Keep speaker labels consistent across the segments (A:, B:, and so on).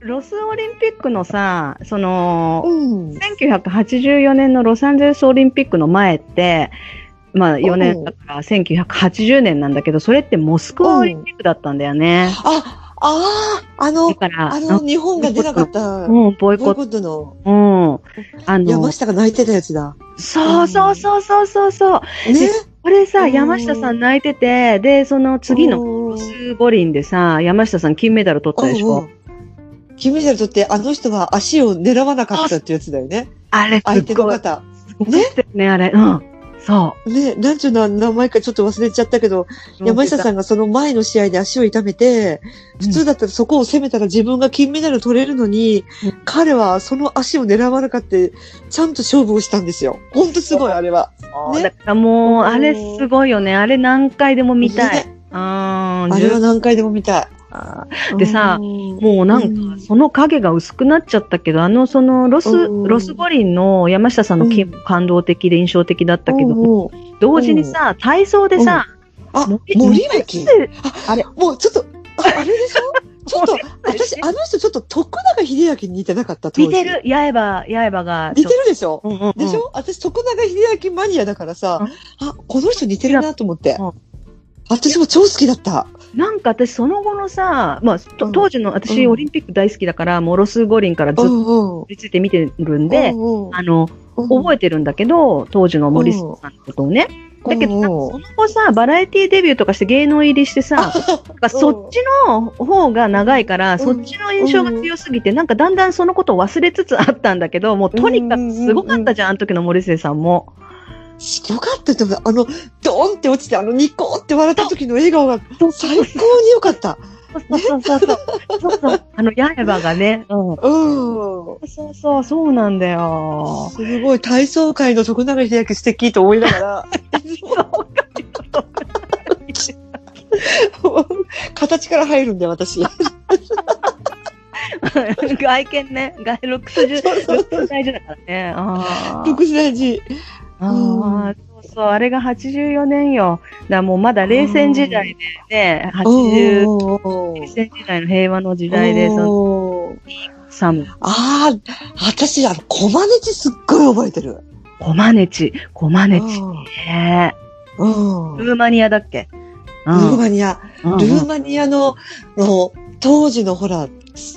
A: ロスオリンピックのさ、その、
B: うん。
A: 1984年のロサンゼルスオリンピックの前って、まあ4年だから1980年なんだけど、それってモスクワオリンピックだったんだよね。
B: あ、ああ、あ
A: だ
B: の、
A: から、
B: あの、日本が出なかった、ボ
A: うん、ボ
B: イ
A: イコ
B: コ
A: ッ
B: ットの、
A: ト。うん。あの
B: 山、下が泣いてたやつだ。
A: そうそうそうそうそうそう。
B: ね
A: これさ、
B: うん
A: 山下さん泣いてて、で、その次の
B: の
A: ロス五輪でさ、山下さん金メダル取ったでしょ。
B: 金メダル取って、あの人は足を狙わなかったってやつだよね。
A: あれ、す
B: 相
A: っ
B: 手の
A: ごい。
B: 方。
A: すごかったよね、あれ。うん。そ
B: ね、なんちゅうな名前かちょっと忘れちゃったけど、
A: う。
B: 山下
A: ん。
B: さんがその前の試合で足を痛めて、普通だったらそこを攻めたら自分が金メダル取れるのに、
A: うん
B: 彼はその足を狙わなかって、ちゃんと勝負をしたんですよ。ほんとすごい、あれは。
A: だからもう、あれすごいよね。あれ何回でも見たい。
B: ね
A: うーん。
B: あれは何回でも見たい。
A: でさ
B: うん
A: もうなん
B: う
A: か、
B: ん
A: その影が薄くなっちゃったけど、あの、その、ロス、
B: うん
A: ロス五輪の山下さんの金も感動的で印象的だったけど、
B: うんうん
A: 同時にさ、体操でさ、
B: あ、
A: 森
B: 森脇
A: あれ
B: もうちょっと、ああれでしょちょっ と
A: 森、脇
B: 私、あの人ちょっと徳永秀明に似てなかった当時
A: 似てる、八重歯、八重歯が。
B: 似てるでしょ
A: うんうんうん
B: でしょ、私、徳永秀明マニアだからさ、あ、この人似てるなと思って
A: うん。
B: 私も超好きだった。
A: なんか私その後のさ、まあ、と
B: うん
A: 当時の私、
B: うん
A: オリンピック大好きだからもうロス五輪からず
B: う
A: っと
B: んうん。
A: ついて見てるんで、あの覚
B: え
A: えてるんだけど当時の森下さんのことをね、だけどなんかその後さバラエティデビューとかして芸能入りしてさなんかそっちの方が長いから、そっちの印象が強すぎて、なんかだんだんそのことを忘れつつあったんだけどもうとにかくすごかったじゃん、あの時の森末さんも。
B: すごかったと思う。あの、ドーンって落ちて、あの、ニコって笑った時の笑顔が最高に良かった。
A: そうそうそうそうそう そうあの八重歯がね、うん、
B: うん。
A: そうそうそうなんだよ。
B: すごい、体操界の徳永秀明素敵と思いながら、 形から入るんだよ、私。
A: 外見ね、外ロックス
B: そうそうそう
A: 重大事だからね。あー
B: 特殊大事。
A: あー、そうそう、あれが84年よ。だからもうまだ冷戦時代でね、80、冷戦時代の平和の時代で、その
B: の。
A: サム、
B: ああ、私、あの、コマネチすっごい覚えてる。
A: コマネチ、コマネチね。
B: うん。
A: ル
B: ル
A: ーマニアだっけうん
B: ーマニア。
A: うん
B: ルーマニアの、の、当時のほら、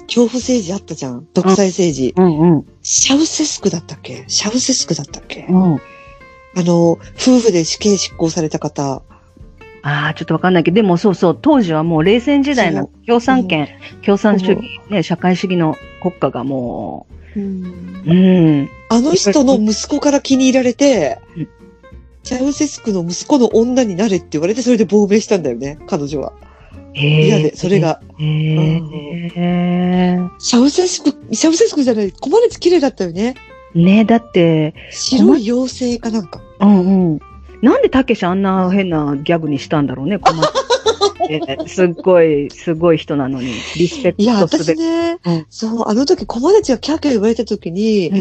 B: 恐怖政治あったじゃん。独裁政治。
A: うんうん
B: シャウセスクだったっけシャウセスクだったっけ
A: うん。
B: あの、夫婦で死刑執行された方。
A: ああ、ちょっとわかんないけど、でもそうそう、当時はもう冷戦時代の共産権、共産主義、ね、社会主義の国家がもう、うん、
B: あの人の息子から気に入られて
A: うん、
B: チャウセスクの息子の女になれって言われて、それで亡命したんだよね、彼女は。嫌
A: 嫌
B: で、それ。が。
A: へえ。
B: シャウセスク、シャウセスクじゃない、コマネチ綺麗だったよね。
A: ねだって、
B: 白い妖精かなんか。
A: うんうん。なんでたけしあんな変なギャグにしたんだろうね、この。えーすっごい、すごい人なのに、リスペク
B: いや、
A: トすべ
B: 私
A: き。
B: ね
A: うん、
B: そう、あの時、コマネチがキャーキャー言われた時に、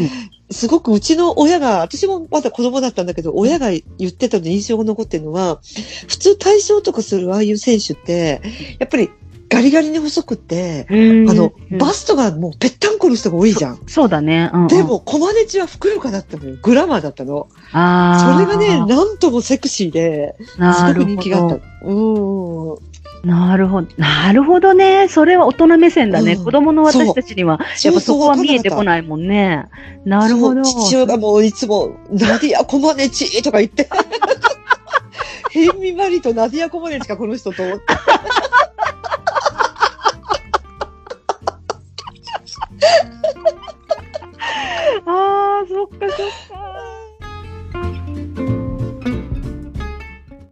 B: すごくうちの親が、私もまだ子供だったんだけど、親が言ってたので印象が残ってるのは、普通対象とかするああいう選手って、やっぱりガリガリに細くって、
A: うん
B: あの、
A: うん
B: バストがもうぺったんこの人が多いじゃん。
A: そうだね。うんうん
B: で、も、コマネチはふくよかだったのよ。グラマーだったの。そ
A: あ
B: れ
A: ー
B: がね、、なんともセクシーで、す
A: な
B: ご
A: る
B: く人気があ
A: ほ
B: った
A: ど。。
B: うんうん。
A: なるほど。なるほどね。それは大人目線だね。
B: うん
A: 子供の私たちには、やっぱそこは見えてこ
B: い。
A: ないもんね。なるほど。
B: そう父親がもういつも、ナディア・コマネチとか言って。 ヘンミマリとナディア・コマネチか、この人と思って。
A: ああ、そっかそっ